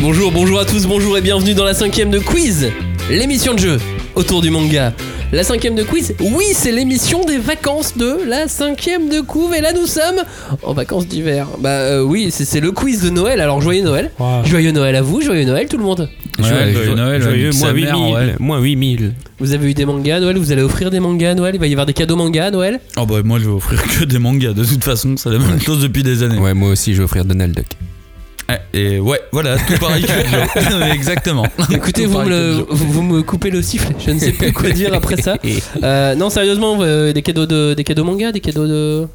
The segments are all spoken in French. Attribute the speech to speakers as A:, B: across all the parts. A: Bonjour, bonjour à tous, bonjour et bienvenue dans la cinquième de quiz, l'émission de jeu autour du manga. La cinquième de quiz, oui, c'est l'émission des vacances de la cinquième de couve et là nous sommes en vacances d'hiver. Bah euh, oui, c'est c'est le quiz de Noël, alors joyeux Noël.
B: Wow.
A: Joyeux Noël à vous, joyeux Noël tout le monde.
C: Joyeux Noël,
B: joyeux,
C: sa
B: moins
C: mère,
B: 8000.
C: ouais.
B: Moins 8000.
A: Vous avez eu des mangas à Noël, vous allez offrir des mangas à Noël, il va y avoir des cadeaux mangas à Noël.
C: Oh bah moi je vais offrir que des mangas de toute façon, c'est la même chose depuis des années.
D: Ouais, moi aussi, je vais offrir Donald Duck.
C: Ouais, Et ouais, voilà, tout pareil que Joe. Exactement.
A: Écoutez, vous me, le- vous, vous me coupez le sifflet, je ne sais plus quoi dire après ça. Euh, non, sérieusement, euh, des cadeaux de des cadeaux manga, des cadeaux de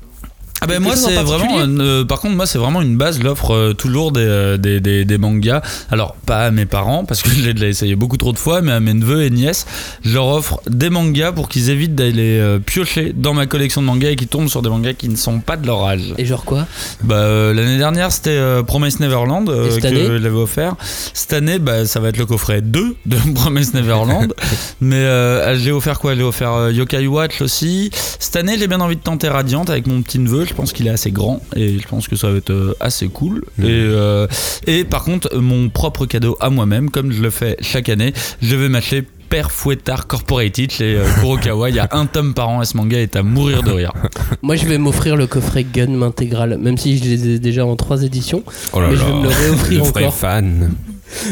C: Ah ben
A: Quelque
C: moi
A: chose en
C: c'est vraiment
A: particulier
C: une- euh, par contre moi c'est vraiment une base l'offre euh, toujours des, euh, des, des, des mangas alors pas à mes parents parce que je l'ai déjà essayé beaucoup trop de fois mais à mes neveux et nièces je leur offre des mangas pour qu'ils évitent d'aller euh, piocher dans ma collection de mangas et qu'ils tombent sur des mangas qui ne sont pas de leur âge
A: et genre quoi
C: bah, euh, l'année dernière c'était euh, Promise Neverland euh,
A: Et cette
C: que
A: année
C: je l'avais offert cette année bah, ça va être le coffret 2 de Promise Neverland mais euh, j'ai offert quoi j'ai offert euh, Yokai Watch aussi cette année j'ai bien envie de tenter Radiant avec mon petit neveu je pense qu'il est assez grand et je pense que ça va être euh, assez cool
A: Mmh.
C: et, euh, et par contre mon propre cadeau à moi-même comme je le fais chaque année je vais m'acheter Père Fouettard Corporated chez euh, Kurokawa il y a un tome par an et ce manga est à mourir de rire
A: Moi, je vais m'offrir le coffret Gunm intégral, même si je les ai déjà en trois éditions.
D: Oh
A: Mais je vais me le réoffrir
D: Le vrai
A: encore.
D: fan.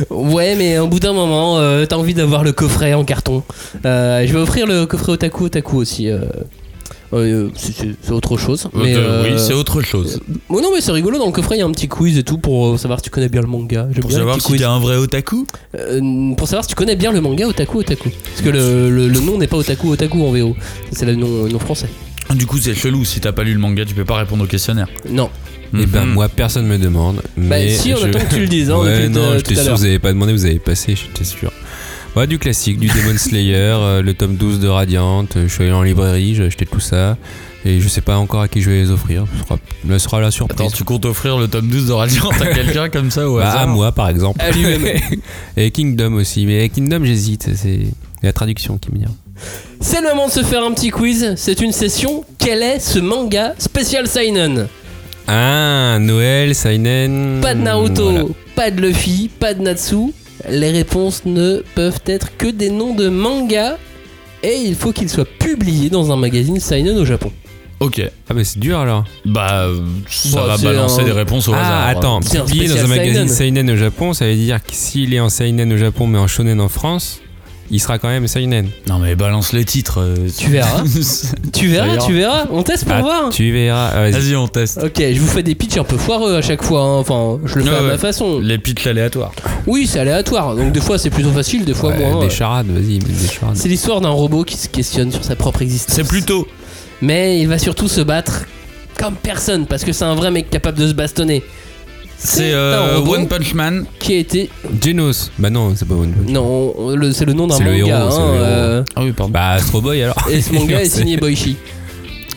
A: Ouais, mais au bout d'un moment, euh, t'as envie d'avoir le coffret en carton. Euh, je vais offrir le coffret Otaku Otaku aussi. euh. Euh, c'est- c'est c'est autre chose. Mais,
C: Euh,
A: euh,
C: oui c'est autre chose
A: oh non, mais c'est rigolo. Dans le coffret, il y a un petit quiz et tout pour euh, savoir si tu connais bien le manga. J'aime
C: Pour
A: bien les
C: savoir
A: petits
C: si
A: quiz.
C: t'es un vrai otaku
A: Euh, pour savoir si tu connais bien le manga Otaku Otaku. Parce que le, le- le nom n'est pas Otaku Otaku en VO. C'est le nom, nom français.
C: Ah, Du coup, c'est chelou. Si t'as pas lu le manga, tu peux pas répondre au questionnaire.
A: Non.
D: Et ben,
C: Mhm.
D: moi, personne me demande.
A: Bah,
D: Mais
A: si, on
D: je-
A: attend que tu le dises. hein,
D: ouais,
A: depuis tout-
D: non,
A: tout
D: j'étais
A: à
D: sûr,
A: l'heure.
D: vous avez pas demandé, vous avez passé, j'étais sûr. Ouais, du classique, du Demon Slayer, euh, le tome 12 de Radiant. euh, Je suis allé en librairie, j'ai acheté tout ça. Et je sais pas encore à qui je vais les offrir. Ce sera, ce sera la surprise.
C: Attends, tu comptes offrir le tome 12 de Radiant à quelqu'un comme ça ou
D: Bah, à moi, par exemple.
A: À lui-même.
D: Et Kingdom aussi. Mais Kingdom, j'hésite. C'est la traduction qui me vient.
A: C'est le moment de se faire un petit quiz. C'est une session. Quel est ce manga spécial Seinen
D: Ah, Noël, Seinen.
A: Pas de Naruto,
D: Hmm, Voilà.
A: pas de Luffy, pas de Natsu. Les réponses ne peuvent être que des noms de manga. Et il faut qu'ils soient publiés dans un magazine Seinen au Japon.
C: Ok.
D: Ah, mais c'est dur alors.
C: Bah, euh, ça
A: Bon,
C: va
A: c'est
C: balancer
A: un-
C: des réponses au hasard. hein.
D: Ah, attends,
A: C'est un
D: publié dans
A: spécial
D: un magazine
A: seinen.
D: seinen. au Japon, ça veut dire que s'il est en seinen au Japon mais en shonen en France, il sera quand même seinen.
C: Non, mais balance les titres. euh,
A: Tu verras. Tu verras,
C: D'ailleurs-
A: tu verras. On teste pour
D: Ah,
A: voir.
D: Tu verras. Ah, vas-y.
C: Vas-y, on teste.
A: Ok, je vous fais des pitchs un peu foireux à chaque fois. hein. Enfin, je le fais
C: Ouais,
A: à
C: ouais.
A: ma façon.
C: Les pitchs aléatoires.
A: Oui, c'est aléatoire. Donc des fois c'est plutôt facile, des fois
D: Ouais,
A: moins.
D: Euh, des charades, vas-y, mais des charades.
A: C'est l'histoire d'un robot qui se questionne sur sa propre existence.
C: C'est plutôt.
A: Mais il va surtout se battre comme personne parce que c'est un vrai mec capable de se bastonner.
C: C'est
A: un
C: euh,
A: robot
C: One Punch Man.
A: qui a été
D: Genos. Bah non, c'est pas bon.
A: non, on- le- c'est le nom d'un
D: C'est
A: manga.
D: le héros, c'est le
A: hein,
D: héros.
A: euh,
C: Ah oui, pardon.
D: Bah Astro Boy alors.
A: et ce manga est signé Boichi.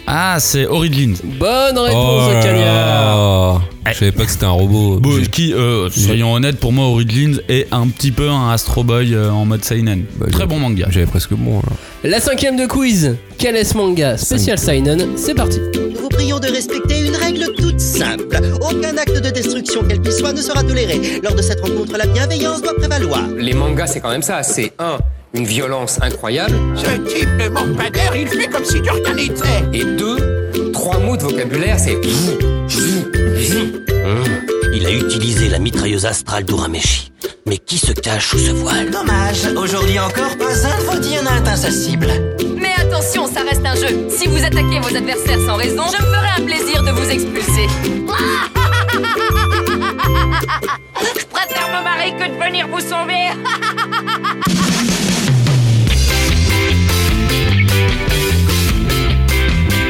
C: Ah, c'est Origins.
A: Bonne réponse,
D: Oh
A: au
D: là
A: cagnard.
D: là. Je savais pas que c'était un robot.
C: Bon,
D: J'ai-
C: qui, euh, soyons honnêtes, pour moi, Origins est un petit peu un Astro Boy euh, en mode Seinen.
D: Bah,
C: Très
D: j'ai-
C: bon manga.
D: J'avais presque bon. alors.
A: La cinquième de quiz. Quel est ce manga spécial seinen C'est parti.
E: Nous vous prions de respecter une règle toute simple. Aucun acte de destruction, quel qu'il soit, ne sera toléré. Lors de cette rencontre, la bienveillance doit prévaloir.
F: Les mangas, c'est quand même ça. C'est un, une violence incroyable,
G: Ce type ne manque pas d'air, il fait comme si de rien n'était.
F: et deux, trois mots de vocabulaire, c'est vous,
H: Il a utilisé la mitrailleuse astrale d'Urameshi. Mais qui se cache sous ce voile
E: Dommage, aujourd'hui encore, pas un de vos dix en a atteint sa cible.
I: Mais attention, ça reste un jeu. Si vous attaquez vos adversaires sans raison, je me ferai un plaisir de vous expulser. Je préfère me marier que de venir vous sauver.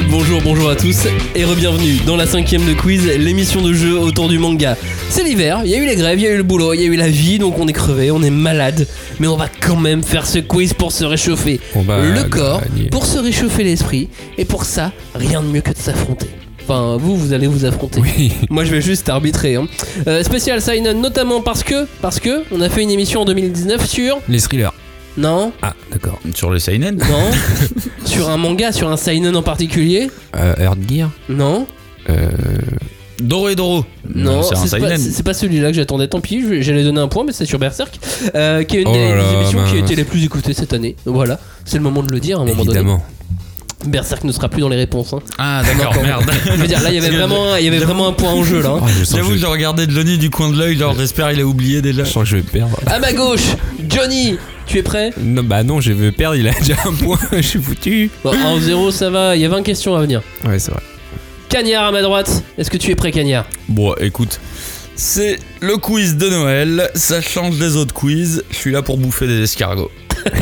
A: Bonjour, bonjour à tous et re-bienvenue dans la cinquième de quiz, l'émission de jeu autour du manga. C'est l'hiver, il y a eu les grèves, il y a eu le boulot, il y a eu la vie, donc on est crevé, on est malade, mais on va quand même faire ce quiz pour se réchauffer
D: On va
A: le
D: gagner.
A: corps, pour se réchauffer l'esprit, et pour ça, rien de mieux que de s'affronter. Enfin, vous, vous allez vous affronter.
D: Oui.
A: Moi, je vais juste arbitrer. hein. Euh, spécial Seinen, notamment parce que, parce que, on a fait une émission en 2019 sur,
D: Les thrillers.
A: non,
D: Ah d'accord.
C: Sur le Seinen
A: non, sur un manga, sur un Seinen en particulier,
D: Euh, Earth Gear.
A: non.
D: Euh,
C: Doro et Doro.
A: Non,
C: c'est un
A: c'est pas,
C: seinen.
A: c'est- c'est pas celui-là que j'attendais. Tant pis, je vais- j'allais donner un point, mais c'est sur Berserk, euh, qui est une
D: Oh
A: des,
D: là là,
A: des émissions qui a
D: mince.
A: été les plus écoutées cette année. Voilà, c'est le moment de le dire à un moment
D: Évidemment.
A: donné. Berserk ne sera plus dans les réponses. hein.
C: Ah, d'accord,
A: D'accord.
C: merde.
A: Je veux dire, là, il y avait vraiment, il y avait vraiment un point en jeu là. hein.
D: Oh, je, sens
C: J'avoue
D: que
C: que
D: je,
C: j'ai regardé Johnny du coin de l'œil, genre j'espère il a oublié déjà.
D: je sens que je vais perdre.
A: À ma gauche, Johnny, tu es prêt
D: Non, bah non, je vais perdre, il a déjà un point, je suis foutu.
A: Bon, 1-0, ça va, il y a 20 questions à venir.
D: Ouais, c'est vrai.
A: Cagnard à ma droite, est-ce que tu es prêt, Cagnard
C: Bon, écoute, c'est le quiz de Noël, ça change des autres quiz, je suis là pour bouffer des escargots.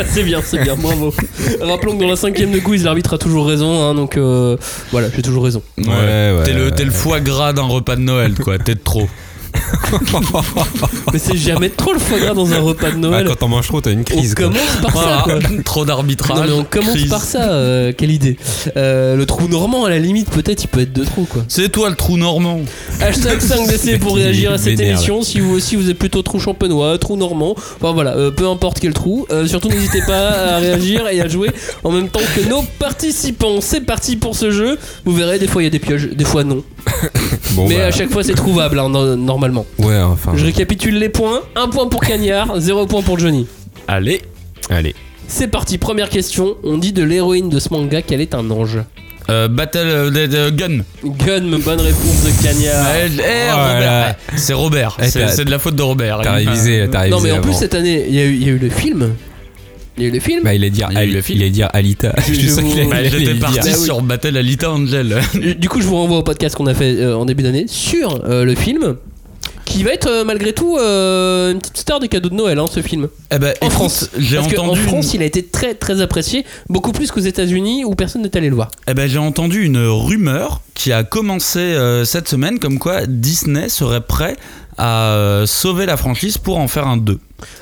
A: C'est bien, c'est bien, bravo. Euh, Rappelons que dans la cinquième de quiz, l'arbitre a toujours raison, hein, donc euh, voilà, j'ai toujours raison.
C: Ouais,
D: ouais,
C: T'es le,
D: ouais.
C: t'es le foie gras d'un repas de Noël, quoi, t'es de trop.
A: Mais c'est jamais trop le foie gras dans un repas de
D: Bah,
A: Noël.
D: quand t'en manges trop, t'as une
A: on
D: crise. quoi. Ah,
A: commence par ça,
C: Voilà,
A: quoi.
C: trop d'arbitrage.
A: Non mais on commence
C: crise.
A: par ça, euh, quelle idée. Euh, le trou normand à la limite peut-être il peut être de trop quoi.
C: C'est toi le trou normand.
A: Hashtag 5DC pour
D: Il
A: réagir à cette
D: m'énerve.
A: émission. Si vous aussi vous êtes plutôt trou champenois, trou normand, enfin voilà, euh, peu importe quel trou. Euh, surtout n'hésitez pas à réagir et à jouer en même temps que nos participants. C'est parti pour ce jeu. Vous verrez, des fois il y a des pièges, des fois non.
D: Bon,
A: Mais
D: bah,
A: à chaque fois c'est trouvable hein, no- normalement.
D: Ouais, enfin.
A: Je récapitule les points. Un point pour Cagnard, zéro point pour Johnny.
C: Allez,
D: Allez.
A: C'est parti, première question. On dit de l'héroïne de ce manga qu'elle est un ange.
C: euh, Battle euh, de- de- Gun.
A: Gun, bonne réponse de Cagnard.
C: Ouais, je- eh,
D: Oh
C: Robert.
D: là là.
C: Eh, C'est Robert,
D: Eh,
C: c'est Euh,
D: t'as-
C: c'est de la faute de Robert.
D: T'as
C: Il-
D: révisé, t'as révisé.
A: Non mais en plus
D: avant.
A: cette année, il y, a eu- il y a eu le film. Il y a eu le film.
D: Bah, il est dire,
C: Il y a eu
D: Ali-
C: le film.
D: il est dire Alita.
A: Je-
D: Je
A: je
D: sais
A: vous-
D: qu'il allait-
C: Bah,
D: il allait
C: J'étais
D: dire.
C: parti
A: Bah oui.
C: sur Battle Alita Angel.
A: Du coup, je vous renvoie au podcast qu'on a fait euh, en début d'année sur euh, le film. Qui va être euh, malgré tout euh, une petite star des cadeaux de Noël, hein, ce film.
C: Eh ben,
A: En
C: écoute,
A: France.
C: j'ai
A: Parce qu'en
C: entendu. une-
A: France, il a été très très apprécié, beaucoup plus qu'aux États-Unis où personne n'est allé le voir.
C: Eh ben, j'ai entendu une rumeur qui a commencé euh, cette semaine, comme quoi Disney serait prêt à euh, sauver la franchise pour en faire un 2.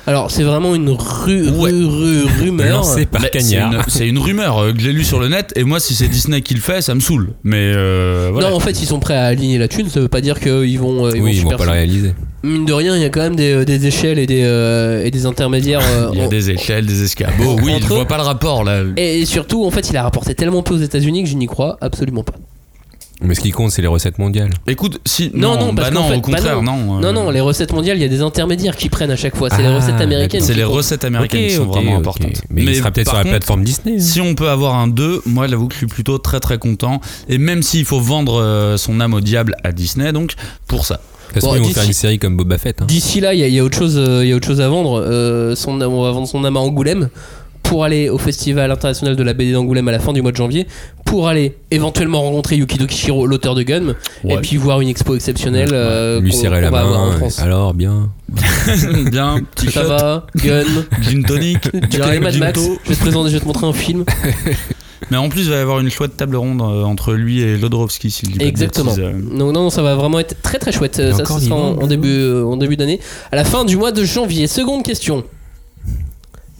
A: Alors, c'est vraiment une ru-
C: Ouais.
A: ru- ru- rumeur.
D: Lancé par
C: C'est
D: Cagnard.
C: une, c'est une rumeur euh, que j'ai lue sur le net, et moi, si c'est Disney qui le fait, ça me saoule. Mais euh, voilà.
A: Non, en fait, ils sont prêts à aligner la thune, ça veut pas dire qu'ils vont. euh, ils
D: Oui, ils
A: vont
D: vont
A: super
D: pas le réaliser.
A: Mine de rien, il y a quand même des, des échelles et des, euh, et des intermédiaires. euh,
C: il y a
A: en-
C: des échelles, des escabeaux. Oui, je
A: Entre-
C: vois pas le rapport là.
A: Et et surtout, en fait, il a rapporté tellement peu aux États-Unis que je n'y crois absolument pas.
D: Mais ce qui compte, c'est les recettes mondiales.
C: Écoute, si.
A: Non, non,
C: bah
A: parce
C: non,
A: qu'en fait-
C: au contraire,
A: bah non.
C: non. euh,
A: Non, non, les recettes mondiales, il y a des intermédiaires qui prennent à chaque fois. C'est les
D: Ah,
A: recettes américaines.
C: C'est
A: qui
C: les
A: comptent.
C: recettes américaines
D: Ok,
C: qui sont
D: ok,
C: vraiment
D: ok.
C: importantes.
D: Mais, il sera peut-être sur
C: par
D: la
C: contre,
D: plateforme Disney. hein.
C: Si on peut avoir un 2, moi j'avoue que je suis plutôt très très content. Et même s'il faut vendre euh, son âme au diable à Disney, donc pour ça.
D: De toute façon,
A: Bon,
D: ils vont
A: d'ici-
D: faire une série comme Boba Fett. hein.
A: D'ici là, il y, a- il y a autre chose, euh, il y a autre chose à vendre. Euh, son, on va vendre son âme à Angoulême pour aller au festival international de la BD d'Angoulême à la fin du mois de janvier, pour aller éventuellement rencontrer Yukido Kishiro, l'auteur de Gun,
C: Ouais.
A: et puis voir une expo exceptionnelle euh,
D: Lui
A: qu'on-
D: serrer la
A: qu'on va avoir en
D: main.
A: France.
D: Alors, bien.
C: Bien, petit
A: Ça
C: shot,
A: va, Gun,
C: gin tonic,
A: tu connais
C: direct,
A: Mad
C: gin
A: Max,
C: to.
A: je vais te présenter, je vais te montrer un film.
C: Mais en plus, il va y avoir une chouette table ronde euh, entre lui et Lodrovski, si je dis pas de
A: Exactement.
C: bêtises, euh.
A: Donc non, non, ça va vraiment être très très chouette.
D: hein. y a
A: Euh, Ça,
D: encore hein.
A: ce
D: du
A: sera en,
D: monde,
A: en début, euh, en début d'année, à la fin du mois de janvier. Seconde question.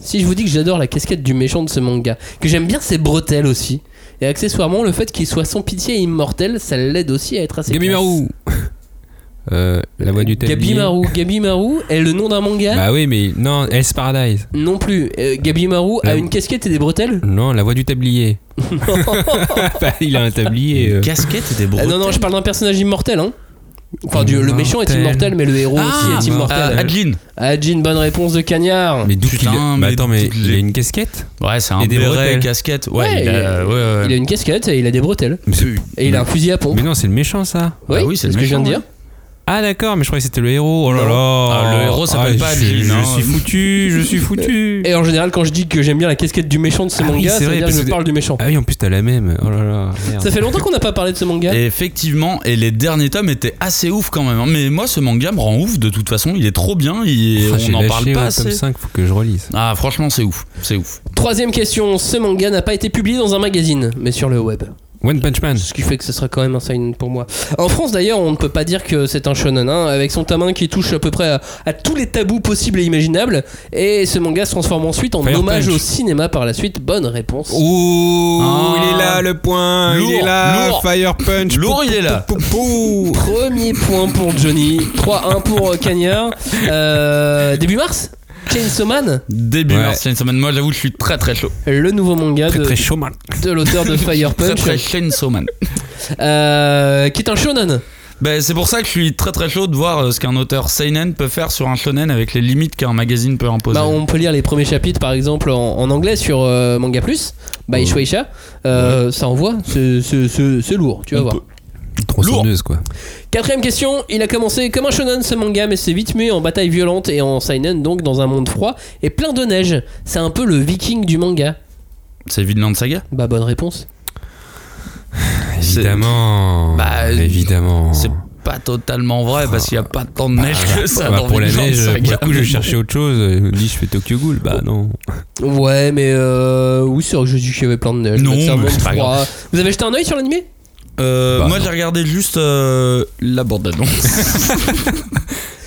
A: Si je vous dis que j'adore la casquette du méchant de ce manga, que j'aime bien ses bretelles aussi, et accessoirement le fait qu'il soit sans pitié et immortel, ça l'aide aussi à être assez. classe.
D: Gabimaru Euh, La voix du tablier.
A: Gabimaru, Gabimaru est le nom d'un manga
D: Bah oui, mais non, Else Paradise.
A: Non plus. Euh, Gabimaru a
D: Euh,
A: une casquette et des bretelles
D: Non, la voix du tablier. Bah, il a un tablier. euh.
C: Casquette et des
A: Ah, Non, non, je parle d'un personnage immortel, hein. Enfin, du- le méchant est
D: Immortel.
A: immortel, mais le héros
C: Ah,
A: aussi est
C: euh,
A: immortel.
C: Adeline.
A: Adjin, bonne réponse de Cagnard.
D: Mais d'où
C: Putain,
D: qu'il a...
C: mais
D: Bah attends, mais
C: d'où qu'il
D: il a
C: est-
D: une casquette
C: Ouais, c'est un
D: Et des
C: béret
D: bretelles.
C: casquette. Ouais,
A: Ouais,
C: il a,
A: il-
C: ouais, ouais.
A: Il a une casquette et il a des bretelles.
D: Mais c'est-
A: Et il a un fusil à pompe.
D: Mais non, Ah c'est le méchant ça.
A: oui,
C: bah oui, c'est
A: c'est ce
C: le
A: que je viens de
C: méchant,
A: dire.
D: Ah d'accord, mais je croyais que c'était le héros. Oh là là.
C: Ah, le héros s'appelle
D: Ah,
C: pas
D: je-
C: Adjin, hein.
D: Je suis foutu, je suis foutu.
A: Et en général, quand je dis que j'aime bien la casquette du méchant de ce
D: Ah oui,
A: manga, ça
D: c'est
A: veut
D: vrai,
A: dire que
D: parce
A: je
D: que-
A: parle du méchant.
D: Ah oui, en plus t'as la même. Oh là là. merde.
A: Ça fait longtemps qu'on n'a pas parlé de ce manga.
C: Et effectivement, et les derniers tomes étaient assez ouf quand même. hein. Mais moi, ce manga me rend ouf de toute façon. Il est trop bien. il-
D: Ah,
C: on
D: j'ai
C: n'en
D: lâché,
C: parle
D: ouais,
C: pas
D: Tome
C: assez.
D: 5, faut que je relise.
C: Ah, franchement, c'est ouf. C'est ouf.
A: Troisième question ce manga n'a pas été publié dans un magazine, mais sur le web.
D: One Punch Man.
A: Ce qui fait que ce sera quand même un sign pour moi. En France, d'ailleurs, on ne peut pas dire que c'est un shonen, hein, avec son tamin qui touche à peu près à, à tous les tabous possibles et imaginables. Et ce manga se transforme ensuite en
D: Fire
A: hommage
D: Punch.
A: au cinéma par la suite. Bonne réponse.
D: Ouh,
C: Ah.
D: il est là le point, il
C: Lourd,
D: est là,
C: lourd.
D: Fire Punch.
C: Lourd, il est là.
D: Pou, pou, pou, pou.
A: Premier point pour Johnny, 3-1 pour euh, Cagnard. Euh, début mars, Chainsaw Man,
C: Début
D: Ouais.
C: mars, Chainsaw Man. Moi, j'avoue, je suis très très chaud.
A: le nouveau manga
D: Très
A: de,
D: très chaud man.
A: de l'auteur de Fire
C: Très
A: Punch,
C: très Chainsaw Man.
A: euh, qui est un shonen.
C: Ben, c'est pour ça que je suis très très chaud de voir euh, ce qu'un auteur seinen peut faire sur un shonen avec les limites qu'un magazine peut imposer.
A: Bah, on peut lire les premiers chapitres par exemple en, en anglais sur euh, Manga Plus, by Shueisha. Euh, Ça envoie, c'est- c'est c'est- c'est lourd, tu vas voir.
D: Tronçonneuse, quoi.
A: Quatrième question, il a commencé comme un shonen ce manga, mais s'est vite mué en bataille violente et en seinen, donc dans un monde froid et plein de neige. C'est un peu le viking du manga.
C: C'est Vinland Saga.
A: Bah, bonne réponse.
C: C'est-
D: Évidemment.
C: Bah,
D: évidemment.
C: C'est pas totalement vrai parce qu'il n'y a pas tant de neige que ça
D: Bah,
C: dans
D: pour la
C: Vinland
D: neige,
C: Saga.
D: pour le coup, je cherchais autre chose. Je me dis, je fais Tokyo Ghoul. Bah non.
A: Ouais, mais euh, oui, c'est vrai que je dis qu'il y avait plein de neige.
C: Non,
A: donc c'est un
C: mais
A: monde
C: c'est pas
A: froid. Vous avez jeté un oeil sur l'animé
C: Euh,
D: Bah,
C: moi
D: non.
C: j'ai regardé juste euh, la bande annonce.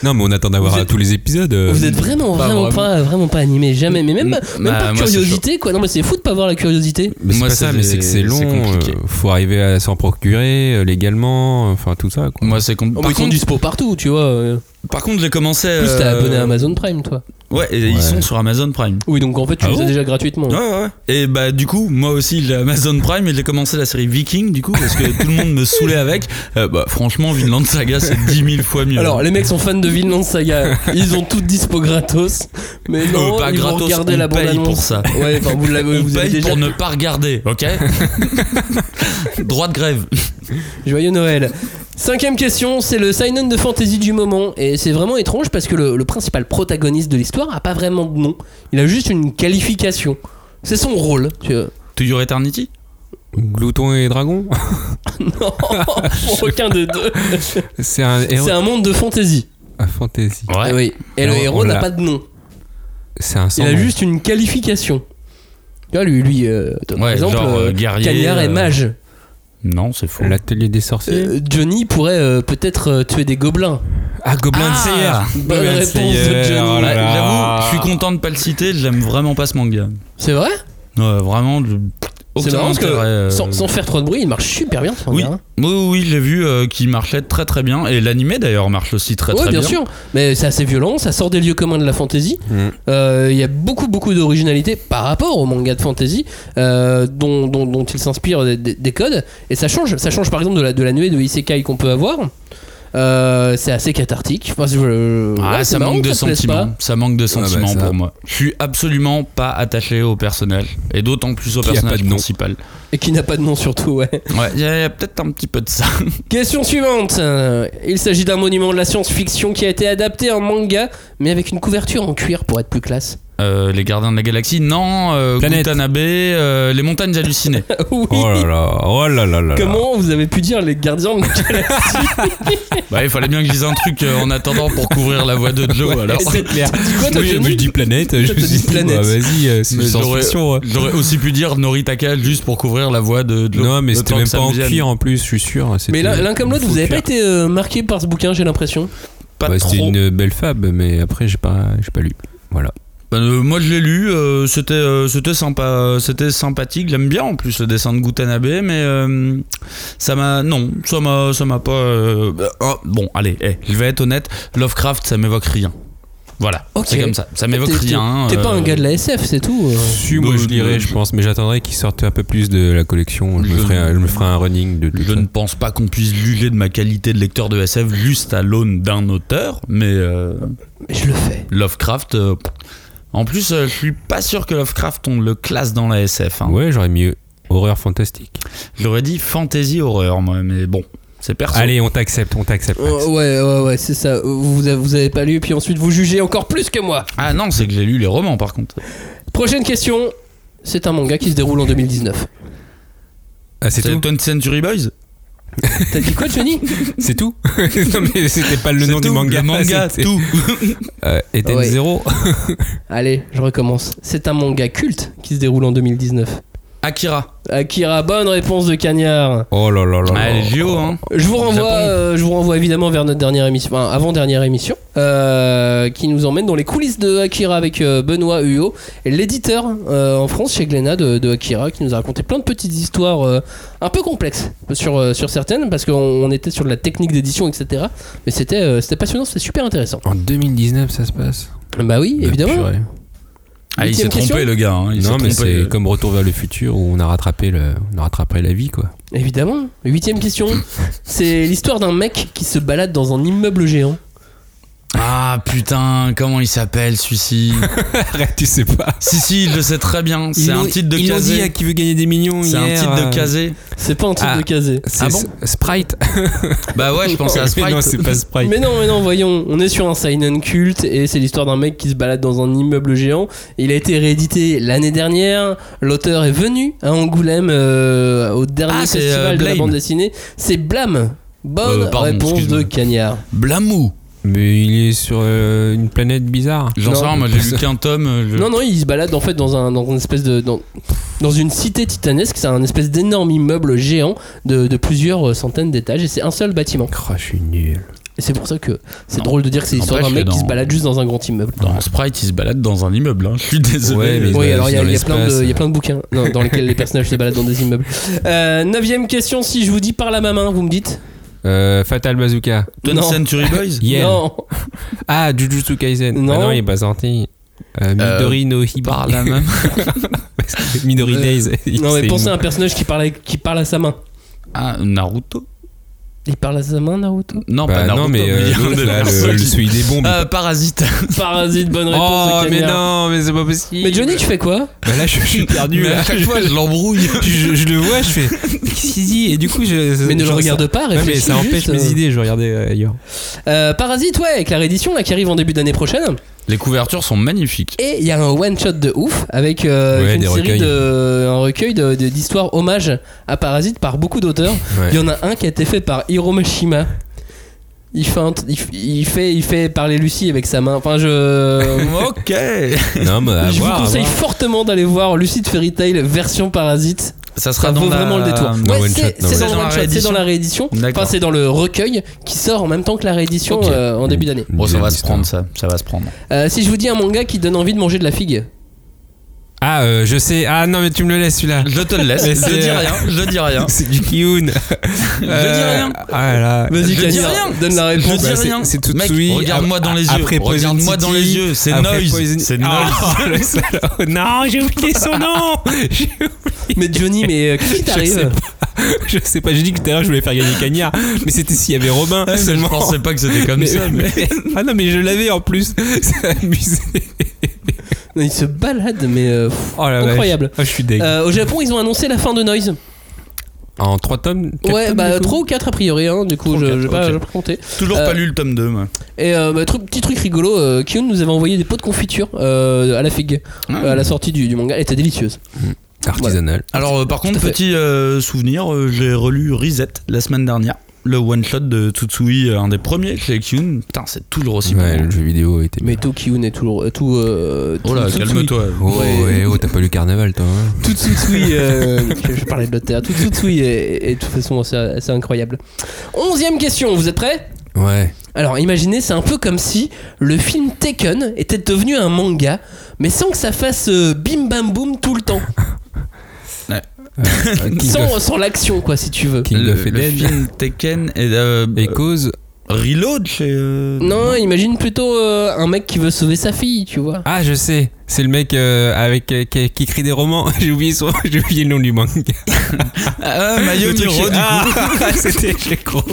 D: Non, mais on attend d'avoir
A: Vous
D: à
A: êtes-
D: tous les épisodes. euh,
A: Vous êtes vraiment,
C: pas
A: vraiment,
C: vraiment.
A: pas, vraiment pas animé, jamais, mais même,
C: Bah,
A: même par
C: moi, c'est
A: curiosité, quoi. Non, mais c'est fou de pas avoir la curiosité.
D: Mais c'est
C: Moi,
D: pas
C: c'est
D: ça, mais c'est que c'est
C: c'est
D: long.
C: compliqué.
D: euh, faut arriver à s'en procurer euh, légalement. Enfin, tout ça, quoi.
C: moi c'est con-
A: Oh,
C: par,
A: mais ils sont
C: contre,
A: dispo partout, tu vois. euh.
C: par contre j'ai commencé.
A: Plus t'as
C: euh,
A: abonné à Amazon Prime, toi.
C: Ouais, et
D: Ouais. Oh.
C: ils sont sur Amazon Prime.
A: Oui, donc en fait, tu
C: Ah
A: le
C: bon
A: faisais déjà gratuitement.
C: Ouais, ouais, ouais. Et bah, du coup, moi aussi, j'ai Amazon Prime et j'ai commencé la série Viking, du coup, parce que tout le monde me saoulait avec. Euh, bah, franchement, Vinland Saga, c'est 10 000 fois mieux.
A: Alors, les mecs sont fans de Vinland Saga. Ils ont tout dispo gratos. Mais non,
C: Euh, pas
A: ils vont
C: gratos,
A: regarder
C: on
A: la bande
C: paye
A: annonce.
C: pour ça.
A: Ouais, enfin, vous l'avez
C: On
A: vous avez
C: paye
A: déjà.
C: pour ne pas regarder, ok Droit de grève.
A: Joyeux Noël. Cinquième question, c'est le seinen de fantasy du moment. Et c'est vraiment étrange parce que le, le principal protagoniste de l'histoire a pas vraiment de nom. Il a juste une qualification. C'est son rôle. Tu vois.
C: To Your Eternity
D: Glouton et dragon
A: Non, pour aucun des deux.
D: C'est un héros.
A: C'est un monde de fantasy.
D: Ah, fantasy.
A: Eh oui. Et le
D: Alors,
A: héros
D: on
A: n'a
D: l'a.
A: pas de nom.
D: C'est un
A: Il
D: sang-
A: a juste une qualification. Tu vois, lui, lui euh, par
C: Ouais,
A: exemple,
C: genre, euh, guerrier,
A: Cagnard est
C: euh,
A: mage.
C: Non, c'est faux.
D: L'atelier des sorciers.
A: Euh, Johnny pourrait euh, peut-être euh, tuer des gobelins.
D: ah, Goblin
C: Ah,
D: Slayer.
A: bonne
D: Goblin
A: réponse de
D: Slayer,
A: Johnny.
D: oh là
C: Ouais,
D: là.
C: J'avoue, je suis content de pas le citer, j'aime vraiment pas ce manga.
A: C'est vrai
C: Ouais, vraiment, je-
A: C'est
C: aucun
A: marrant parce que
C: intérêt, euh,
A: sans, sans faire trop de bruit, il marche super bien ce
C: Oui,
A: manga, hein.
C: oui, oui, j'ai vu euh, qu'il marchait très très bien. Et l'animé d'ailleurs marche aussi très
A: Ouais,
C: très
A: bien, sûr. Mais c'est assez violent, ça sort des lieux communs de la fantasy.
D: Mm.
A: Euh, Il y a beaucoup, beaucoup d'originalité par rapport au manga de fantasy euh, dont, dont, dont il s'inspire des, des- des codes. Et ça change. Ça change par exemple de la, de la nuée de Isekai qu'on peut avoir. Euh, c'est assez cathartique. Enfin, je-
C: Ah,
A: ouais, c'est
C: ça,
A: marrant
C: manque
A: que
C: de
A: ça te plaise
C: sentiments. Ça manque de sentiments
D: Ah, bah, ça.
C: pour moi. Je suis absolument pas attaché au personnage. Et d'autant plus au
D: Qui a pas
C: personnage
D: de nom.
C: principal.
A: pas, Et qui n'a pas de nom surtout, ouais.
C: Ouais, il y a, il y a peut-être un petit peu de ça.
A: Question suivante. Euh, Il s'agit d'un monument de la science-fiction qui a été adapté en manga, mais avec une couverture en cuir pour être plus classe.
C: Euh, les gardiens de la galaxie, non. Euh,
D: Planète.
C: Gutanabe, euh, les montagnes hallucinées.
A: oui.
D: Oh là là, oh là là là. là.
A: Comment vous avez pu dire les gardiens de
C: bah, il fallait bien que je dise un truc euh, en attendant pour couvrir la voix de Joe. alors.
A: C'est clair. quoi, toi,
D: Oui,
A: Johnny
D: mais je dis planète, je
A: te
D: me
A: dis
D: dis
A: planète.
D: planète. vas-y, euh, c'est une
C: Mais j'aurais-
D: science-fiction. ouais.
C: J'aurais aussi pu dire Noritaka juste pour couvrir la voix de Joe.
D: Non, mais
C: le
D: c'était
C: temps
D: même
C: que ça
D: pas
C: me
D: en
C: vienne.
D: cuir en plus, je suis sûr.
A: Mais
D: c'était
A: l'un l'un comme l'autre, vous avez
D: faux
A: pas
D: cuir.
A: été euh, marqué par ce bouquin, j'ai l'impression.
C: Pas
D: Bah, C'était
C: trop.
D: une belle fab, mais après, j'ai pas, j'ai pas lu. Voilà.
C: Bah, euh, moi je l'ai lu, euh, c'était euh, c'était sympa, euh, c'était sympathique. J'aime bien en plus le dessin de Gutanabe, mais euh, ça m'a non, ça m'a ça m'a pas. euh, bah, oh, bon, allez, eh, je vais être honnête, Lovecraft ça m'évoque rien. Voilà,
A: Ok.
C: c'est comme ça. Ça m'évoque
A: T'es- t'es-
C: rien.
A: T'es pas
C: euh,
A: un gars de la SF, c'est tout. euh.
D: Si, moi
C: Bah,
D: je
C: je-
D: lirai, je pense, mais j'attendrai qu'il sorte un peu plus de la collection. Je, me,
C: Je-
D: ferai, un- je me ferai un running de tout
C: Je
D: ça.
C: ne pense pas qu'on puisse juger de ma qualité de lecteur de SF juste à l'aune d'un auteur, mais euh,
A: Mais je le fais.
C: Lovecraft. euh, en plus, euh, je suis pas sûr que Lovecraft on le classe dans la SF. hein.
D: Ouais, j'aurais mis euh, horreur fantastique.
C: J'aurais dit fantasy horreur, moi, mais bon, c'est perso.
D: Allez, on t'accepte, on t'accepte. Max.
A: Oh, ouais, ouais, ouais, c'est ça. Vous, avez- vous avez pas lu, puis ensuite vous jugez encore plus que moi.
C: Ah non, c'est que j'ai lu les romans par contre.
A: Prochaine question. C'est un manga qui se déroule en 2019.
D: Ah, c'est tout
C: 20th Century Boys
A: T'as dit quoi, Johnny
D: C'est tout Non, mais c'était pas le
C: C'est
D: nom du
C: tout,
D: manga.
C: Le manga,
D: c'était-
C: tout.
D: Euh, Eden
A: Ah Ouais.
D: Zero
A: Allez, je recommence. C'est un manga culte qui se déroule en 2019.
C: Akira.
A: Akira, bonne réponse de Cagnard.
D: Oh là là là.
C: Ah,
D: là.
C: les JO, hein.
A: Je vous renvoie,
C: Japon.
A: euh, je vous renvoie évidemment vers notre dernière émission, enfin, avant-dernière émission, euh, qui nous emmène dans les coulisses de Akira avec euh, Benoît Huot, l'éditeur euh, en France chez Glénat de, de Akira, qui nous a raconté plein de petites histoires euh, un peu complexes sur, euh, sur certaines, parce qu'on on était sur de la technique d'édition, etc. Mais c'était euh, c'était passionnant, c'était super intéressant.
D: En 2019, ça se passe
A: Bah oui, évidemment.
D: Purée.
C: Ah, il
A: Huitième
C: s'est
A: question
C: trompé, le gars. hein. Il s'est
D: non, mais
C: trompé.
D: c'est comme Retour vers le futur où on a rattrapé, le, on a rattrapé la vie, quoi.
A: Évidemment. Huitième question. C'est l'histoire d'un mec qui se balade dans un immeuble géant.
C: Ah putain, comment il s'appelle celui-ci
D: Arrête, tu sais pas.
C: Si, si, je le sais très bien. C'est un titre de
D: Ils l'ont dit à
C: casé.
D: qui veut gagner des millions.
C: C'est un
D: hier,
C: titre
D: euh,
C: de casé.
A: C'est pas un titre
D: Ah.
A: de casé.
D: C'est
C: Ah bon
D: S- Sprite.
C: Bah ouais, je pensais à
D: Mais non,
C: Sprite.
D: c'est pas Sprite.
A: Mais non, mais non, voyons, on est sur un seinen culte et c'est l'histoire d'un mec qui se balade dans un immeuble géant. Il a été réédité l'année dernière. L'auteur est venu à Angoulême euh, au dernier
C: Ah, c'est,
A: festival
C: euh,
A: de la
C: Blame.
A: bande dessinée. C'est Blâme. Bonne
C: Euh, pardon,
A: réponse de
C: excuse-moi.
A: Cagnard.
C: Blamou.
D: Mais il est sur euh, une planète bizarre.
C: J'en sais rien, moi j'ai lu qu'un tome. euh, je-
A: Non, non, il se balade en fait dans un dans une espèce de dans, dans une cité titanesque. C'est un espèce d'énorme immeuble géant de, de plusieurs euh, centaines d'étages et c'est un seul bâtiment.
D: Oh, je suis nul.
A: Et c'est pour ça que c'est
C: Non.
A: drôle de dire que c'est l'histoire d'un
C: N'empêche
A: mec
C: que
A: qui se
C: dans-
A: balade juste dans un grand immeuble.
C: Dans Sprite, il se balade dans un immeuble. hein. Je suis désolé.
D: Ouais, mais-
A: Oui,
D: balade
A: alors il y, a-
D: dans
A: il y a plein de-
D: l'espace.
A: il y a plein de bouquins non, dans lesquels les personnages se baladent dans des immeubles. Euh, neuvième question, si je vous dis par la ma main, vous me dites
D: Euh, Fatal Bazooka.
C: 20
A: Non.
C: Century Boys
D: Yel.
A: Non,
D: Ah, Jujutsu Kaisen.
A: Non.
D: Ah non, il est pas sorti. Euh, Midori no Hiba.
C: Par la même.
D: Midori
A: Euh,
D: Days.
A: non mais
D: C'est
A: pensez
D: une-
A: à un personnage qui parle, avec- qui parle à sa main.
C: Ah, Naruto
A: Il parle à sa main, Naruto
C: Non,
D: Bah
C: pas Naruto.
D: non, mais euh,
C: il y a un
D: l'autre,
C: des
D: là, le,
C: personnages
D: le
C: qui-
D: celui des bombes.
C: Euh, Parasite.
A: Parasite, bonne réponse.
D: oh,
A: de
D: mais
A: Cagnard.
D: non, mais c'est pas possible.
A: Mais Johnny, tu fais quoi
D: Bah là, je, je suis perdu.
C: Mais
D: là.
C: à chaque fois, je l'embrouille.
D: je, je- je le vois, je fais. Qu'est-ce qu'il dit Et du coup, je.
A: Mais ne le
D: genre,
A: regarde pas,
D: ça- Ouais, mais
A: réfléchis
D: ça empêche
A: juste,
D: mes
A: euh.
D: idées, je regardais euh, ailleurs.
A: Euh, Parasite, ouais, avec la réédition là qui arrive en début d'année prochaine.
C: Les couvertures sont magnifiques.
A: Et il y a un one shot de ouf avec euh,
D: Ouais,
A: une
D: des
A: série
D: recueils.
A: de un recueil de- de- d'histoires hommage à Parasite par beaucoup d'auteurs.
D: Ouais.
A: Il y en a un qui a été fait par Hiromashima. Il fait, un t- il, f- il fait, il fait parler Lucie avec sa main. Enfin, je,
C: Ok.
D: Non, mais à
A: je
D: voir, à
A: vous conseille
D: voir.
A: fortement d'aller voir Lucie de Fairy Tail version Parasite.
C: Ça
A: Ça
C: sera dans
A: vaut
C: la-
A: vraiment le détour.
D: dans
A: Ouais,
D: One Shot,
A: c'est
D: dans
A: c'est
D: One
A: dans,
C: Shot.
A: le One Shot, c'est dans la réédition.
C: D'accord.
A: Enfin, c'est dans le recueil qui sort en même temps que la réédition
C: Ok.
A: euh, en début d'année.
C: Bon, ça va se
D: Bizarre.
C: prendre, ça. Ça va se prendre.
A: Euh, si je vous dis un manga qui donne envie de manger de la figue.
D: Ah, euh, je sais. Ah non, mais tu me le laisses celui-là.
C: Je te le laisse.
D: Mais
C: je
D: c'est- euh,
C: dis rien. Je dis rien.
D: C'est du Kiyun. Je
C: rien.
D: Ah là.
A: Vas-y,
C: Je dis
A: Cagnard,
C: rien.
A: donne la
C: Je
A: réponse.
C: dis
D: Bah, c'est-
C: rien.
D: c'est
C: Mec,
D: Tutsui.
C: Regarde-moi dans les yeux.
D: Après Poison
C: Regarde-moi dans les
D: City,
C: yeux. C'est
D: après
C: noise.
D: Poison-
C: C'est noise.
D: Ah, le salaud. Non, j'ai oublié son nom. J'ai-
A: Mais Johnny, mais euh, qu'est-ce qui
D: Je sais
A: t'arrive
D: pas. Je sais pas. J'ai dit que tout à l'heure je voulais faire gagner Cagnard, mais c'était s'il y avait Robin
C: Ouais, Ah, mais
D: seulement.
C: Je pensais pas que c'était comme
D: Mais-
C: ça. mais-
D: Ah non, mais je l'avais en plus. C'est amusé.
A: Non, Il se balade, mais euh, pff,
D: Oh la vache.
A: incroyable.
D: Ah, je suis deg.
A: Euh, au Japon, ils ont annoncé la fin de Noise.
D: en 3 tomes quatre
A: Ouais,
D: tomes,
A: bah
D: du coup
A: 3 ou 4 a priori, hein, du coup,
C: Trois ou
A: je
C: quatre,
A: je vais pas
C: ok.
A: je vais pas compter.
C: Toujours
A: Euh,
C: pas lu le tome 2. moi.
A: Et euh, bah, truc- petit truc rigolo, euh, Kyun nous avait envoyé des pots de confiture euh, à la figue
C: Ah.
A: euh, à la sortie du, du manga. Elle était délicieuse.
D: Artisanal.
C: Alors, euh, par contre,
A: à fait.
C: petit euh, souvenir, euh, j'ai relu Reset la semaine dernière. Le one shot de Tutsui, euh, un des premiers chez Kyun. Putain, c'est toujours aussi
D: Ouais,
C: bon.
D: le jeu vidéo était.
A: Mais tout Kyun est toujours. euh, Tout. euh,
C: Oh là,
A: tout- tout-
C: calme-toi.
D: Oh,
A: Ouais.
D: ouais, oh, t'as pas lu Carnaval, toi. hein
A: Tout Tsutsui, euh, je, je parlais de l'autre terre. Tout Tsutsui est, est de toute façon assez, assez incroyable. Onzième question, vous êtes prêts
D: Ouais.
A: Alors imaginez, c'est un peu comme si le film Taken était devenu un manga, mais sans que ça fasse euh, bim bam boum tout le temps.
D: Euh, King of-
A: sans sans l'action, quoi, si tu veux.
D: King
C: le,
D: of
C: le
D: Eden.
C: film Tekken et, euh,
D: Et
C: euh,
D: cause.
C: Reload chez. euh,
A: Non, imagine plutôt euh, un mec qui veut sauver sa fille, tu vois.
D: Ah, je sais. C'est le mec euh, avec euh, qui, qui écrit des romans. J'ai oublié son, j'ai oublié le nom du manga.
C: Ah, Mayo
D: Le truc-
C: Miro, du
D: ah,
C: coup.
D: c'était chez Croc.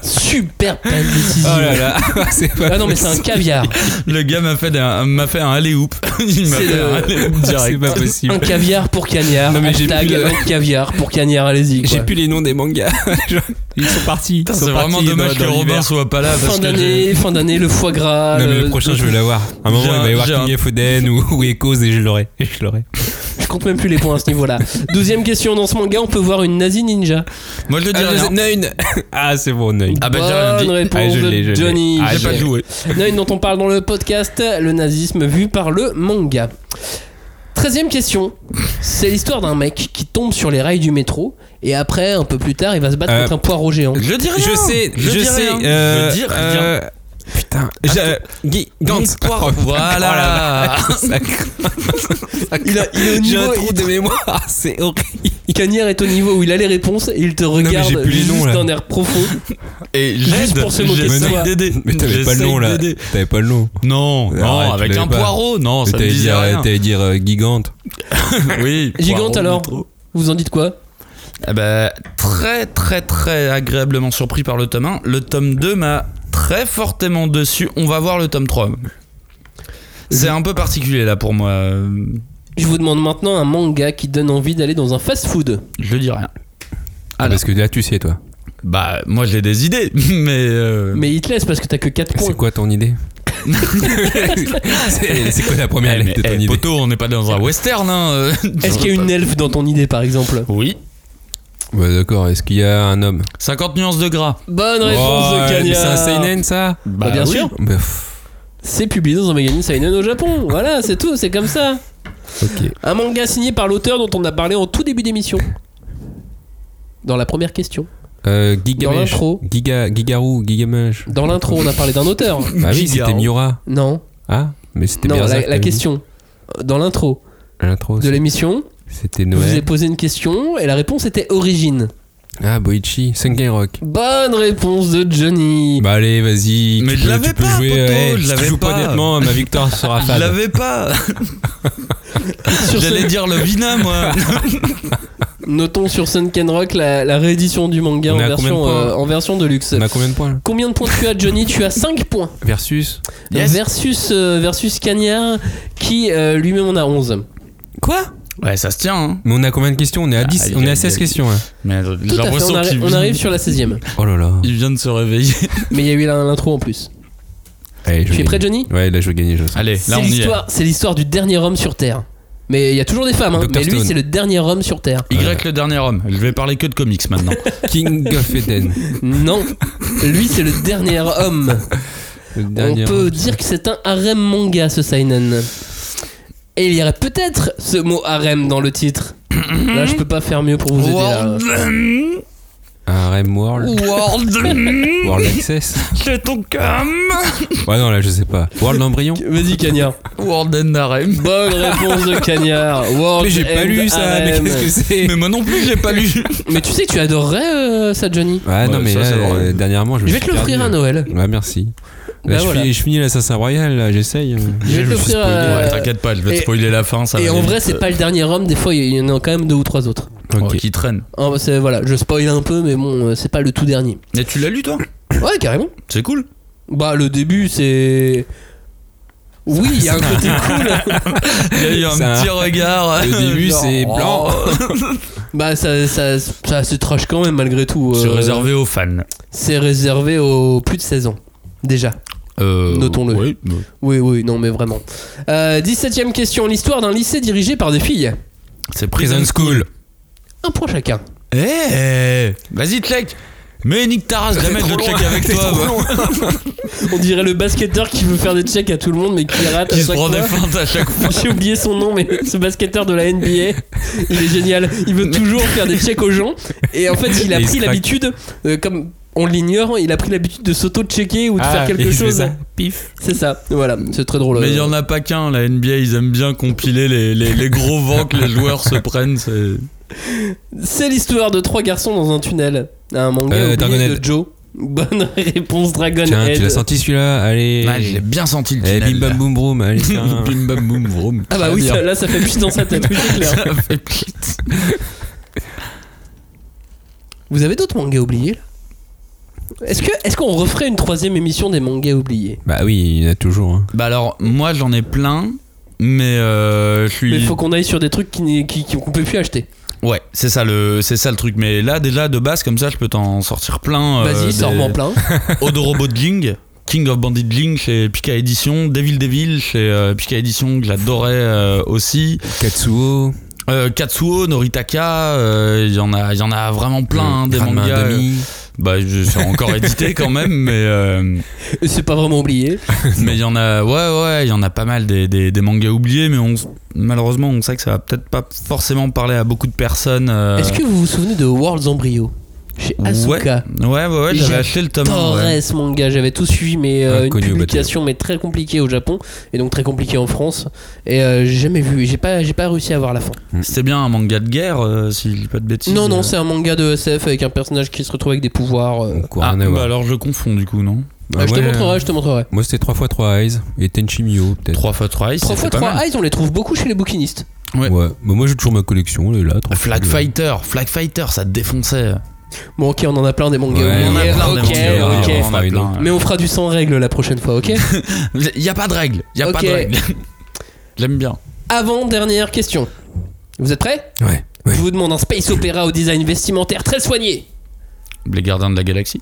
A: Super belle décision.
D: Oh là là, c'est pas
A: Ah non, mais c'est un
D: possible.
A: caviar.
C: Le gars m'a fait un, m'a fait un alley-oop. Il m'a
A: C'est
C: fait
A: le-
C: un alley-oop
D: C'est
C: direct.
D: pas
A: Un
D: possible.
A: caviar pour cagnard.
D: Non, mais j'ai
A: Hashtag
D: plus la-
A: un caviar pour cagnard, allez-y. quoi.
D: J'ai plus les noms des mangas. Genre, Ils sont partis. Ils
C: Putain,
D: sont
C: C'est vraiment
D: partis
C: dommage
D: dans-
C: que
D: dans
C: Robin
D: l'hiver.
C: soit pas là parce
A: Fin
C: que. j'ai-
A: d'année, fin d'année, le foie gras. euh,
D: Non mais le
A: le-
D: prochain je vais l'avoir. À un moment il
C: J'ai
D: va y
C: un-
D: avoir
C: j'ai un-
D: King F. Oden ou, ou Echoes et je l'aurai. Et je l'aurai.
A: Je compte même plus les points à ce niveau-là. Douzième question dans ce manga, on peut voir une nazi ninja.
C: Moi, je le dis
D: Ah,
C: rien.
D: Neun. Ah c'est bon Neun.
C: Ah bah, j'ai rien
A: Bonne
C: dit.
A: réponse
D: Ah, je l'ai, je
A: de
D: l'ai.
A: Johnny.
D: Ah,
C: J'ai pas joué.
A: Nine dont on parle dans le podcast, le nazisme vu par le manga. Treizième question, c'est l'histoire d'un mec qui tombe sur les rails du métro et après, un peu plus tard, il va se battre
D: Euh,
A: contre un poireau géant.
C: Je dis rien.
D: Je sais, je,
C: dis
D: sais.
C: rien.
D: euh,
C: je dis rien.
D: euh, Putain.
C: J'ai-
D: Guy, Gantz. Oh,
C: Histoire-
D: Voilà.
A: Il a- il est au
D: J'ai un
A: niveau,
D: trou de mémoire. C'est horrible.
A: Cagnard est au niveau où il a les réponses et il te
D: mais
A: regarde
D: j'ai plus les
A: juste
D: noms, là.
A: d'un air profond.
C: Et
A: Juste
C: j'aide,
A: pour se moquer de
C: j'essaye
A: toi.
C: d'aider.
D: Mais t'avais pas le
C: J'essaye
D: nom là.
C: d'aider.
D: T'avais pas le nom.
C: Non,
D: Arrête,
C: non,
D: tu
C: avec
D: l'avais
C: un
D: pas.
C: poireau, non, ça me
D: T'allais
C: disait
D: dire,
C: rien.
D: t'allais dire euh, gigante.
C: Oui,
A: Gigante
C: poireau,
A: alors
C: métro.
A: Vous en dites quoi
C: Eh ben, très très très agréablement surpris par le tome 1. Le tome 2 m'a très fortement dessus. On va voir le tome 3. C'est un peu particulier là pour moi. Euh,
A: Je vous demande maintenant un manga qui donne envie d'aller dans un
D: Euh.
A: fast-food.
C: Je dis rien.
D: Ah, parce que là, tu sais, toi.
C: Bah moi j'ai des idées, mais... euh,
A: Mais il te laisse parce que t'as que 4 points.
D: C'est quoi ton idée C'est c'est quoi la
C: eh,
D: première
C: mais,
D: lettre de ton
C: eh,
D: idée
C: poteau, on n'est pas dans un western. Hein. euh.
A: Est-ce qu'il y a une elfe dans ton idée par exemple
C: Oui.
D: Bah, d'accord, est-ce qu'il y a un homme
C: 50 nuances de gras.
A: Bonne réponse
D: Oh,
A: de
D: mais
A: Cagnard
D: C'est un seinen, ça
A: Bah, bien
C: oui.
A: sûr,
D: Bah, pff,
A: c'est publié dans un magazine seinen au Japon. Voilà, c'est tout, c'est comme ça.
D: ok.
A: Un manga signé par l'auteur dont on a parlé en tout début d'émission. Dans la première question.
D: Euh, Gigamesh.
A: Dans l'intro.
D: Giga, Gigarou, Gigamesh.
A: Dans l'intro, on a parlé d'un auteur.
D: Bah oui, c'était
C: Gigarou.
D: Miura.
A: Non,
D: Ah, mais c'était
A: non,
D: Berserk,
A: la, la
D: t'as
A: question. Dans l'intro
D: dit. À L'intro,
A: de l'émission,
D: c'était
A: je vous ai
D: Noël.
A: posé une question et la réponse était origine.
D: Ah, Boichi, Sunken Rock.
A: Bonne réponse de Johnny.
D: Bah allez, vas-y.
C: Mais
D: tu
C: je
D: peux-
C: l'avais
D: tu peux
C: pas,
D: jouer,
C: poteau,
D: eh,
C: je
D: si tu
C: l'avais
D: joues
C: pas.
D: pas nettement, ma victoire sera
C: Je
D: fade.
C: l'avais pas.
D: Bah,
A: Sur ce-
C: J'allais dire le vina moi.
A: Notons sur Sunken Rock la, la réédition du manga en
D: On est à combien
A: version,
D: de points
A: euh, en version deluxe.
D: On a combien de points là
A: Combien de points tu as, Johnny Tu as 5 points.
D: Versus.
C: Yes.
A: Versus, euh, versus Cagnard, qui euh, lui-même en a 11.
D: Quoi
C: Ouais, ça se tient. Hein.
D: Mais on a combien de questions On est à 10,
C: Ah,
D: on est
C: il y a-
D: à 16 questions. hein.
C: Mais
A: Tout
C: j'ai
A: à fait, on,
C: l'impression
A: arri-
C: qu'il
A: on
C: vient-
A: arrive sur la 16 e
D: Oh là là.
C: Il vient de se réveiller.
A: Mais il y a eu là l'intro en plus.
D: Allez, je
A: Tu es
D: gagne.
A: prêt, Johnny
D: Ouais, là je vais gagner, je le sens.
C: Allez,
A: C'est
C: là on y est.
A: l'histoire- C'est l'histoire du dernier homme sur Terre. Mais il y a toujours des femmes, hein,
D: Dr.
A: mais lui
D: Stone.
A: c'est le dernier homme sur Terre.
C: Y le dernier homme. Je vais parler que de comics maintenant.
D: King of Eden.
A: Non, lui c'est le dernier homme.
D: Le
A: On
D: dernier
A: peut
D: homme.
A: dire que c'est un harem manga ce seinen. Et il y aurait peut-être ce mot harem dans le titre. Là je peux pas faire mieux pour vous aider. là.
D: Un Rem World.
C: World,
D: World Access.
C: c'est ton cam.
D: Ouais, non, là je sais pas. World Embryon.
A: Vas-y Cagnard.
C: World and Harem.
A: Bonne réponse de Cagnard. World
D: Mais j'ai pas
A: End
D: lu ça, mais
A: Harem.
D: qu'est-ce que c'est
C: Mais moi non plus, j'ai pas lu.
A: Mais tu sais que tu adorerais euh, ça Johnny.
D: Ouais, non,
C: Ouais,
D: mais
C: ça,
D: là,
C: c'est vrai.
D: euh, dernièrement, je me
A: Je vais te
D: suis
A: l'offrir à
D: perdu.
A: Noël.
D: Ouais, merci.
A: Bah,
D: Là, je,
A: voilà.
D: finis, je finis l'Assassin Royal, là, j'essaye.
A: Je vais te l'offrir
D: Euh,
A: à-
C: Ouais, t'inquiète pas, je vais
A: et-
C: te spoiler la fin. Ça
A: Et
C: va
A: en
C: aller
A: vrai
C: vite.
A: c'est pas le dernier homme, des fois il y en a quand même deux ou trois autres.
C: Oh,
D: Ok.
C: qui traîne.
A: Ah, bah, c'est- voilà, je spoil un peu, mais bon, euh, c'est pas le tout dernier.
C: Mais tu l'as lu toi
A: Ouais, carrément.
C: C'est cool.
A: Bah, le début, c'est. Oui, il y a un côté cool.
C: Il y a eu un
D: Ça-
C: petit regard.
D: Le début,
C: Genre,
D: c'est
C: oh.
D: blanc.
A: bah, ça, ça, ça se trash quand même, malgré tout.
C: C'est
A: euh,
C: réservé aux fans.
A: C'est réservé aux plus de 16 ans. Déjà.
C: Euh,
A: Notons-le.
C: oui.
A: Oui, oui, non, mais vraiment. Euh, 17ème question l'histoire d'un lycée dirigé par des filles.
C: C'est
D: Prison School.
A: Un point chacun.
C: Eh Vas-y, check. Mais Nick Taras, jamais je le check avec toi. bah.
A: On dirait le basketteur qui veut faire des checks à tout le monde, mais qui rate. à
C: Qui se
A: chaque
C: prend des
A: fois.
C: feintes à chaque fois.
A: J'ai oublié son nom, mais ce basketteur de la NBA, il est génial. Il veut toujours faire des checks aux gens. Et en fait, il a
D: Et il
A: pris
D: se craque.
A: l'habitude, euh, comme on l'ignore, il a pris l'habitude de s'auto-checker ou de
D: Ah,
A: faire quelque
D: il fait
A: chose.
D: ça. Pif.
A: C'est ça, voilà, c'est très drôle.
C: Mais il y en a pas qu'un, la NBA, ils aiment bien compiler les, les, les gros vents que les joueurs se prennent. c'est-
A: C'est l'histoire de trois garçons dans un tunnel. Un manga
D: Euh,
A: oublié
D: Dragonhead.
A: de Joe. Bonne réponse,
D: Tiens, tu l'as
A: Dragonhead.
D: senti celui-là Allez.
C: Ouais, je l'ai bien senti le
D: Eh,
C: tunnel,
D: bim
C: là.
D: bam boum broum. Allez, c'est un-
C: Bim bam boum vroom.
A: Ah bah oui, ça- là ça fait plus dans sa tête, oui, c'est clair.
C: Ça fait pchit.
A: Vous avez d'autres mangas oubliés là Est-ce que est-ce qu'on referait une troisième émission des mangas oubliés
D: Bah oui, il y en a toujours. hein.
C: Bah alors, moi j'en ai plein, mais euh, je
A: Mais
C: suis.
A: faut qu'on aille sur des trucs qui n'est- qui- qui- qu'on peut plus acheter.
C: Ouais, c'est ça le, c'est ça le truc. Mais là déjà de base comme ça, je peux t'en sortir plein. euh,
A: Vas-y,
C: des-
A: sors-moi en plein.
C: Odorobo Jing, King of Bandit Jing chez Pika Edition, Devil Devil chez euh, Pika Edition que j'adorais euh, aussi.
D: Katsuo.
C: Euh, Katsuo, Noritaka, euh, il y en a, il y en a vraiment plein hein, des
D: Ranma
C: mangas.
D: Demi.
C: Bah, je- c'est encore édité quand même, mais euh,
A: C'est pas vraiment oublié.
C: mais il y en a, ouais, ouais, il y en a pas mal des, des, des mangas oubliés, mais on, s- malheureusement, on sait que ça va peut-être pas forcément parler à beaucoup de personnes. euh,
A: Est-ce que vous vous souvenez de Worlds Embryo chez
C: Ouais,
A: Asuka.
C: ouais, ouais, ouais, j'avais
A: J'adore
C: acheté le tome 1.
A: Torres,
C: ouais.
A: mon gars, j'avais tout suivi, mais euh, une
D: Inconnu au
A: publication mais très compliquée au Japon et donc très compliquée en France. Et euh, j'ai jamais vu, et j'ai pas, j'ai pas réussi à voir la fin.
C: C'était bien un manga de guerre, euh, si je dis pas de bêtises.
A: Non, non,
C: Euh,
A: c'est un manga de SF avec un personnage qui se retrouve avec des pouvoirs. euh.
D: Donc, rien
C: Ah,
D: à
C: bah
D: voir.
C: alors je confonds du coup, non
D: Ah
A: Bah je te
D: ouais.
A: montrerai, je te montrerai.
D: Moi, c'était 3x3 Eyes et Tenchi Mio, peut-être.
C: 3 x
A: 3
C: 3
A: x 3 eyes, on Ah, les trouve beaucoup chez les bouquinistes.
C: ouais.
D: Ouais. Bah, moi, j'ai toujours ma collection, elle est là. tranquille.
C: Flag Fighter, Flag Fighter, ça te défonçait.
A: Bon, ok, on en a plein des mangas. oubliés.
D: Ouais, on en a plein
A: ok,
D: des mangas,
A: ok.
D: ouais.
C: on en a plein.
A: Mais on fera du sans règle la prochaine fois, ok
C: Il n'y a pas de règle. Il n'y a
A: Ok.
C: pas de règle. J'aime bien.
A: Avant dernière question. Vous êtes prêts
D: Ouais. ouais.
A: Je vous demande un space opéra au design vestimentaire très soigné.
C: Les gardiens de la galaxie.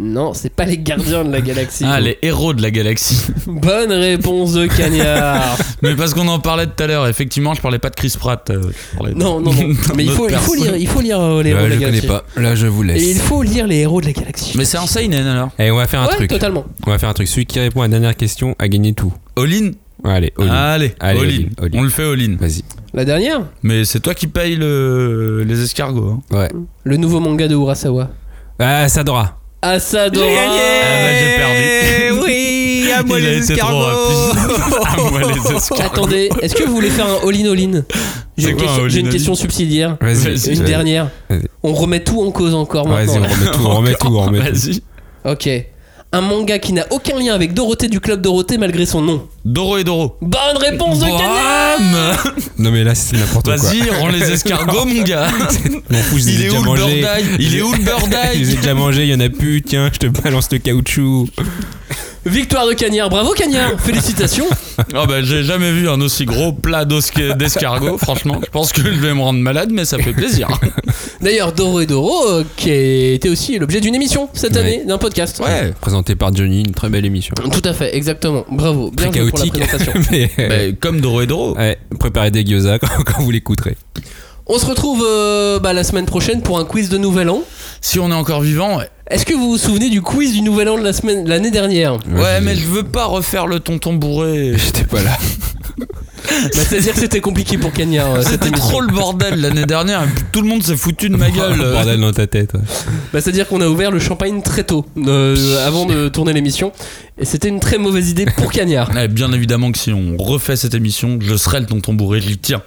A: Non, c'est pas les gardiens de la galaxie.
C: Ah, les héros de la galaxie.
A: Bonne réponse de Cagnard.
C: Mais parce qu'on en parlait tout à l'heure, effectivement, je parlais pas de Chris Pratt. euh, je parlais
A: non,
C: de-
A: non, non.
C: d'un
A: Mais il
C: autre
A: faut, il faut
C: perso.
A: lire, il faut lire euh, les héros
D: Là,
A: de la
D: je connais
A: galaxie.
D: pas. Là, je vous laisse.
A: Et il faut lire les héros de la galaxie.
C: Mais c'est un seinen alors.
D: Allez, on va faire un
A: ouais,
D: truc.
A: totalement.
D: On va faire un truc. Celui qui répond à la dernière question a gagné tout.
C: Olin
D: Allez, all in.
C: Allez,
D: Allez,
C: all in.
D: all in, all in.
C: On le fait Olin.
D: Vas-y.
A: La dernière,
C: Mais c'est toi qui paye le... les escargots. hein.
D: Ouais.
A: le nouveau manga de Urasawa.
D: Ah, Sadora.
A: Asadora.
C: Ah bah, j'ai perdu.
D: Oui, à
C: Il a été trop rapide. À moi les escargots.
A: Attendez, est-ce que vous voulez faire un all-in all-in J'ai
C: C'est
A: une,
C: quoi un
A: question- j'ai une
C: all-in,
A: question subsidiaire.
D: Vas-y.
C: Vas-y.
A: Une
D: vas-y.
A: dernière.
D: Vas-y.
A: On remet tout en cause encore
D: Vas-y, on
A: maintenant.
D: remet tout, on remet tout, on remet tout.
C: Vas-y.
A: Ok. Un manga qui n'a aucun lien avec Dorothée du club Dorothée malgré son nom.
C: Doro et Doro.
A: Bonne réponse de Cagnard
C: Bam
D: Non mais là c'est n'importe quoi.
C: Vas-y, rends les escargots, mon gars.
D: Mon fou, je les
C: Il
D: ai
C: est
D: déjà
C: où le
D: mangés.
C: bird eye Il est où le bird eye
D: Je les ai déjà mangés, il y en a plus. Tiens, je te balance le caoutchouc.
A: Victoire de Cagnard, bravo Cagnard, félicitations.
C: Ah bah j'ai jamais vu un aussi gros plat d'osca- d'escargot, franchement. Je pense que je vais me rendre malade, mais ça fait plaisir.
A: D'ailleurs, Doro et Doro, euh, qui était aussi l'objet d'une émission cette
D: Ouais.
A: année, d'un podcast.
D: Présenté par Johnny, une très belle émission.
A: Tout à fait, exactement. Bravo, bien
D: Très
A: joué pour la
D: chaotique.
A: présentation.
D: mais euh,
C: Bah, comme Doro et Doro.
D: ouais, préparez des gyoza quand, quand vous l'écouterez.
A: On se retrouve euh, bah, la semaine prochaine pour un quiz de Nouvel An.
C: Si on est encore vivant, ouais.
A: Est-ce que vous vous souvenez du quiz du Nouvel An de la semaine, de l'année dernière
C: Ouais, mais je veux pas refaire le tonton bourré.
D: J'étais pas là.
A: Bah, C'est-à-dire que c'était compliqué pour Cagnard. euh, cette
C: C'était
A: émission.
C: trop le bordel l'année dernière. et Tout le monde s'est foutu de ma gueule.
D: Le bordel dans ta tête. ouais.
A: Bah, C'est-à-dire qu'on a ouvert le champagne très tôt, euh, avant de tourner l'émission. Et c'était une très mauvaise idée pour Cagnard.
C: Ouais, bien évidemment que si on refait cette émission, je serai le tonton bourré, je lui tiens.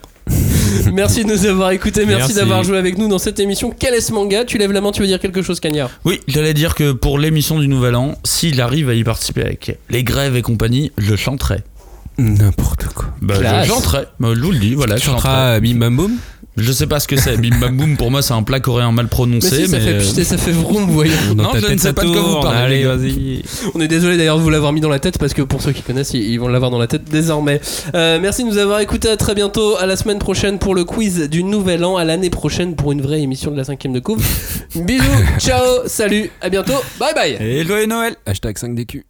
A: merci de nous avoir écoutés, merci,
D: Merci.
A: d'avoir joué avec nous dans cette émission. Quel est ce manga Tu lèves la main, tu veux dire quelque chose, Cagnard
C: Oui, j'allais dire que pour l'émission du Nouvel An, s'il arrive à y participer avec les grèves et compagnie, je chanterai.
D: N'importe quoi.
C: Bah,
A: Classe.
C: je chanterai. Bah, je vous le dis, voilà,
D: tu
C: je chanterai.
D: chanteras Bim Bam Boum
C: Je sais pas ce que c'est. Bim bam boum, pour moi, c'est un plat coréen mal
A: Mais
C: prononcé.
A: si, ça
C: mais,
A: fait,
C: euh,
A: putain, ça fait vroom, voyons.
D: Dans
C: Non,
D: ta
C: je
D: tête,
C: ne sais
D: ça
C: pas de quoi vous
D: tourne.
C: parlez,
D: Allez,
C: les gars.
D: vas-y.
A: On est désolé d'ailleurs de vous l'avoir mis dans la tête parce que pour ceux qui connaissent, ils ils vont l'avoir dans la tête désormais. Euh, merci de nous avoir écoutés. À très bientôt. À la semaine prochaine pour le quiz du nouvel an. À l'année prochaine pour une vraie émission de la cinquième de couve. Bisous. Ciao. Salut. À bientôt. Bye bye.
C: Hello et Noël
D: Hashtag 5DQ.